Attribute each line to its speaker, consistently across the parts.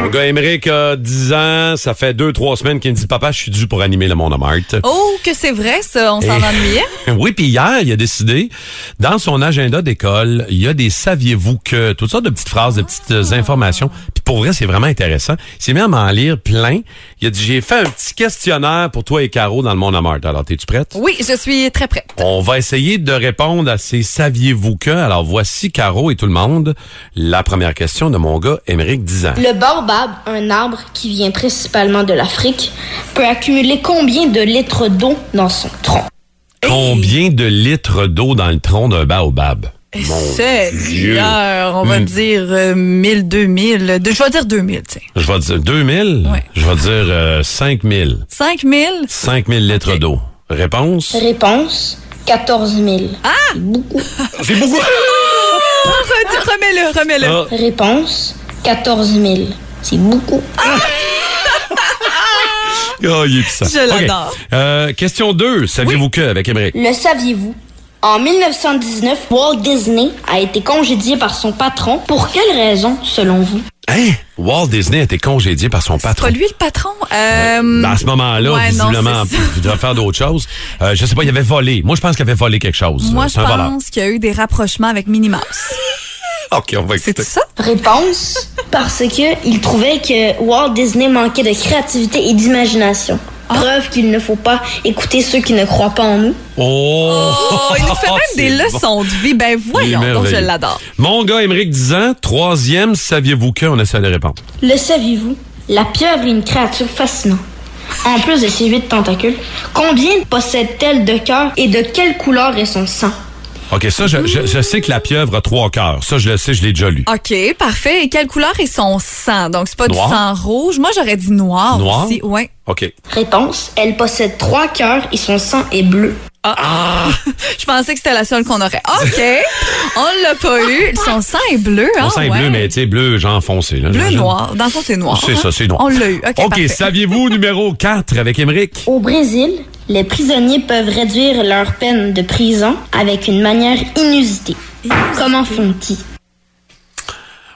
Speaker 1: Mon gars Émeric a 10 ans, ça fait 2-3 semaines qu'il me dit Papa, je suis dû pour animer le Monde à Marthe.
Speaker 2: Oh, que c'est vrai, ça, on s'en
Speaker 1: Et-
Speaker 2: ennuyait.
Speaker 1: Oui, puis hier, il a décidé, dans son agenda d'école, il y a des saviez-vous que, toutes sortes de petites phrases, de petites euh, informations. Puis pour vrai, c'est vraiment intéressant. Il s'est mis à m'en lire plein. Il a dit, j'ai fait un petit questionnaire pour toi et Caro dans le monde à Marthe. Alors, t'es-tu prête?
Speaker 2: Oui, je suis très prête.
Speaker 1: On va essayer de répondre à ces saviez-vous que. Alors, voici Caro et tout le monde. La première question de mon gars, Émeric 10 ans.
Speaker 3: Le baobab, un arbre qui vient principalement de l'Afrique, peut accumuler combien de litres d'eau dans son tronc
Speaker 1: Combien de litres d'eau dans le tronc d'un baobab?
Speaker 2: C'est l'heure, on va
Speaker 1: Hmm.
Speaker 2: dire euh, 1000, 2000, de- je vais dire 2000, tiens.
Speaker 1: Je vais dire 2000.
Speaker 2: Ouais.
Speaker 1: Je vais dire euh, 5000.
Speaker 2: 5000?
Speaker 1: 5000 litres d'eau. Réponse?
Speaker 3: Réponse 14 000. C'est beaucoup.
Speaker 1: C'est beaucoup!
Speaker 2: Ah, re- remets-le, remets-le.
Speaker 1: Ah,
Speaker 3: Réponse 14 000. C'est beaucoup.
Speaker 1: ah, il est puissant.
Speaker 2: Je
Speaker 1: Ok.
Speaker 2: l'adore.
Speaker 1: Euh, question 2. Saviez-vous que, avec Émeric?
Speaker 3: Le saviez-vous En 1919, Walt Disney a été congédié par son patron. Pour quelle raison, selon vous
Speaker 1: Hein? Walt Disney a été congédié par son
Speaker 2: C'est
Speaker 1: patron.
Speaker 2: pas lui le patron? Euh,
Speaker 1: Ben, à ce moment-là,
Speaker 2: ouais, non,
Speaker 1: visiblement,
Speaker 2: c'est ça.
Speaker 1: il devait faire d'autres choses. Euh, je sais pas, il avait volé. Moi, je pense qu'il avait volé quelque chose.
Speaker 2: Moi,
Speaker 1: Euh,
Speaker 2: je
Speaker 1: c'est un voleur.
Speaker 2: pense qu'il y a eu des rapprochements avec Minnie Mouse.
Speaker 1: OK, on va
Speaker 2: C'est
Speaker 1: écouter.
Speaker 2: ça?
Speaker 3: Réponse parce que il trouvait que Walt Disney manquait de créativité et d'imagination. Preuve qu'il ne faut pas écouter ceux qui ne croient pas en nous.
Speaker 1: Oh!
Speaker 2: Oh, il nous fait même
Speaker 1: C'est
Speaker 2: des
Speaker 1: bon.
Speaker 2: leçons de vie. Ben
Speaker 1: Il est
Speaker 2: voyons, donc je
Speaker 1: merveilleux.
Speaker 2: l'adore.
Speaker 1: Mon gars, Émeric 10 ans, troisième, saviez-vous que? On essaie de répondre.
Speaker 3: Le saviez-vous La pieuvre est une créature fascinante. En plus de ses huit tentacules, combien possède-t-elle de cœurs et de quelle couleur est son sang
Speaker 1: OK, ça, je, je- je sais que la pieuvre a trois cœurs. Ça, je le sais, je l'ai déjà lu.
Speaker 2: OK, parfait. Et quelle couleur est son sang? Donc, c'est pas
Speaker 1: Noir.
Speaker 2: du sang rouge. Moi, j'aurais dit noir,
Speaker 1: Noir?
Speaker 2: aussi. Ouais.
Speaker 1: OK.
Speaker 3: Réponse Elle possède trois cœurs et son sang est bleu.
Speaker 2: Ah.
Speaker 1: Ah.
Speaker 2: Je pensais que c'était la seule qu'on aurait. OK. On l'a pas eu. Son sang est bleu, hein?
Speaker 1: Mon sang est
Speaker 2: ouais.
Speaker 1: bleu, mais tu sais, bleu, genre foncé. Là,
Speaker 2: Bleu
Speaker 1: j'imagine.
Speaker 2: noir. Dans le fond, c'est noir.
Speaker 1: C'est ça, c'est noir.
Speaker 2: On l'a eu. OK,
Speaker 1: OK,
Speaker 2: parfait.
Speaker 1: saviez-vous numéro 4 avec Émeric?
Speaker 3: Au Brésil, les prisonniers peuvent réduire leur peine de prison avec une manière inusitée. Comment font-ils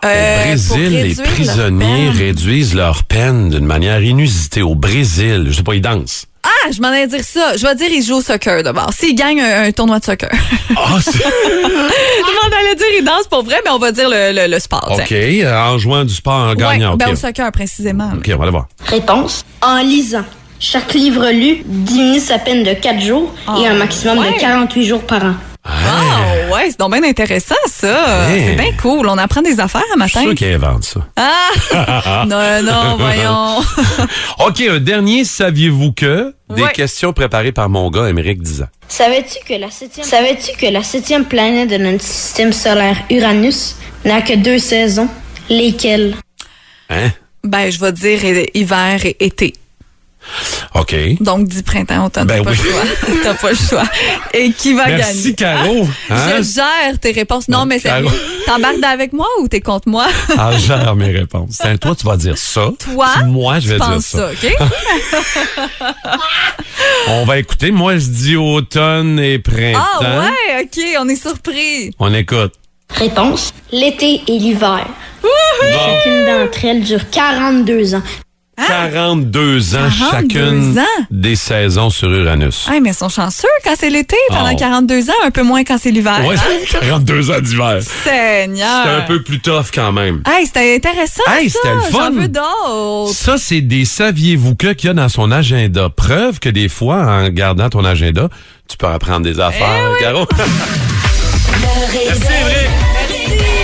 Speaker 2: Euh,
Speaker 1: au
Speaker 2: pour
Speaker 1: Brésil, les
Speaker 2: réduire leur
Speaker 1: prisonniers
Speaker 2: peine.
Speaker 1: réduisent leur peine d'une manière inusitée. Au Brésil, je sais pas, ils dansent.
Speaker 2: Ah, je m'en allais dire ça. Je vais dire ils jouent au soccer d'abord. S'ils gagnent un, un tournoi de soccer. je
Speaker 1: Ah, c'est-
Speaker 2: m'en allais dire ils dansent pour vrai, mais on va dire le, le, le sport. tiens.
Speaker 1: OK, euh, en jouant du sport, en gagnant.
Speaker 2: Ouais,
Speaker 1: OK,
Speaker 2: ben, au soccer précisément.
Speaker 1: OK, on va le voir.
Speaker 3: Réponse En lisant. Chaque livre lu diminue sa peine de 4 jours et un maximum
Speaker 2: ouais.
Speaker 3: de 48 jours par an.
Speaker 2: Ah ouais, c'est donc bien intéressant ça.
Speaker 1: Hey.
Speaker 2: C'est bien cool. On apprend des affaires à
Speaker 1: Je
Speaker 2: matin.
Speaker 1: suis sûr qu'ils inventent ça.
Speaker 2: Ah non non voyons.
Speaker 1: OK, un dernier, saviez-vous que? Des
Speaker 2: Ouais.
Speaker 1: questions préparées par mon gars, Émeric Dizan.
Speaker 3: Savais-tu que la septième, savais-tu que la septième planète de notre système solaire Uranus n'a que deux saisons, lesquelles
Speaker 1: Hein?
Speaker 2: Ben je vais dire hi- hiver et été.
Speaker 1: OK.
Speaker 2: Donc dix printemps automne. T'as
Speaker 1: Ben
Speaker 2: pas
Speaker 1: oui.
Speaker 2: le choix. T'as pas le choix. Et qui va gagner?
Speaker 1: Merci, Caro.
Speaker 2: Ah,
Speaker 1: Hein? Ben,
Speaker 2: Je gère tes réponses. Non, mais c'est
Speaker 1: Caro.
Speaker 2: t'embarques avec moi ou t'es contre moi?
Speaker 1: Ah, gère mes réponses. Tiens, toi, tu vas dire ça.
Speaker 2: Toi,
Speaker 1: Puis Moi, je
Speaker 2: tu
Speaker 1: vais dire
Speaker 2: penses
Speaker 1: ça.
Speaker 2: ça, ok?
Speaker 1: On va écouter. Moi, je dis automne et printemps.
Speaker 2: Ah ouais, ok, on est surpris.
Speaker 1: On écoute.
Speaker 3: Réponse L'été et l'hiver.
Speaker 1: Bon,
Speaker 3: Chacune d'entre elles dure 42 ans.
Speaker 1: 42 ans
Speaker 2: 42
Speaker 1: chacune
Speaker 2: Ah. ans.
Speaker 1: des saisons sur Uranus.
Speaker 2: Ah, mais ils sont chanceux quand c'est l'été, pendant
Speaker 1: Oh.
Speaker 2: 42 ans, un peu moins quand c'est l'hiver.
Speaker 1: Ouais,
Speaker 2: hein?
Speaker 1: 42 ans d'hiver. C'était
Speaker 2: Seigneur.
Speaker 1: un peu plus tough quand même.
Speaker 2: Hey, c'était intéressant.
Speaker 1: Hey,
Speaker 2: ça.
Speaker 1: c'était le fun.
Speaker 2: J'en veux d'autres.
Speaker 1: Ça, c'est des saviez-vous que qu'il y a dans son agenda. Preuve que des fois, en gardant ton agenda, tu peux apprendre des affaires, Caro.
Speaker 4: Le réveil.
Speaker 1: C'est vrai.
Speaker 4: Merci.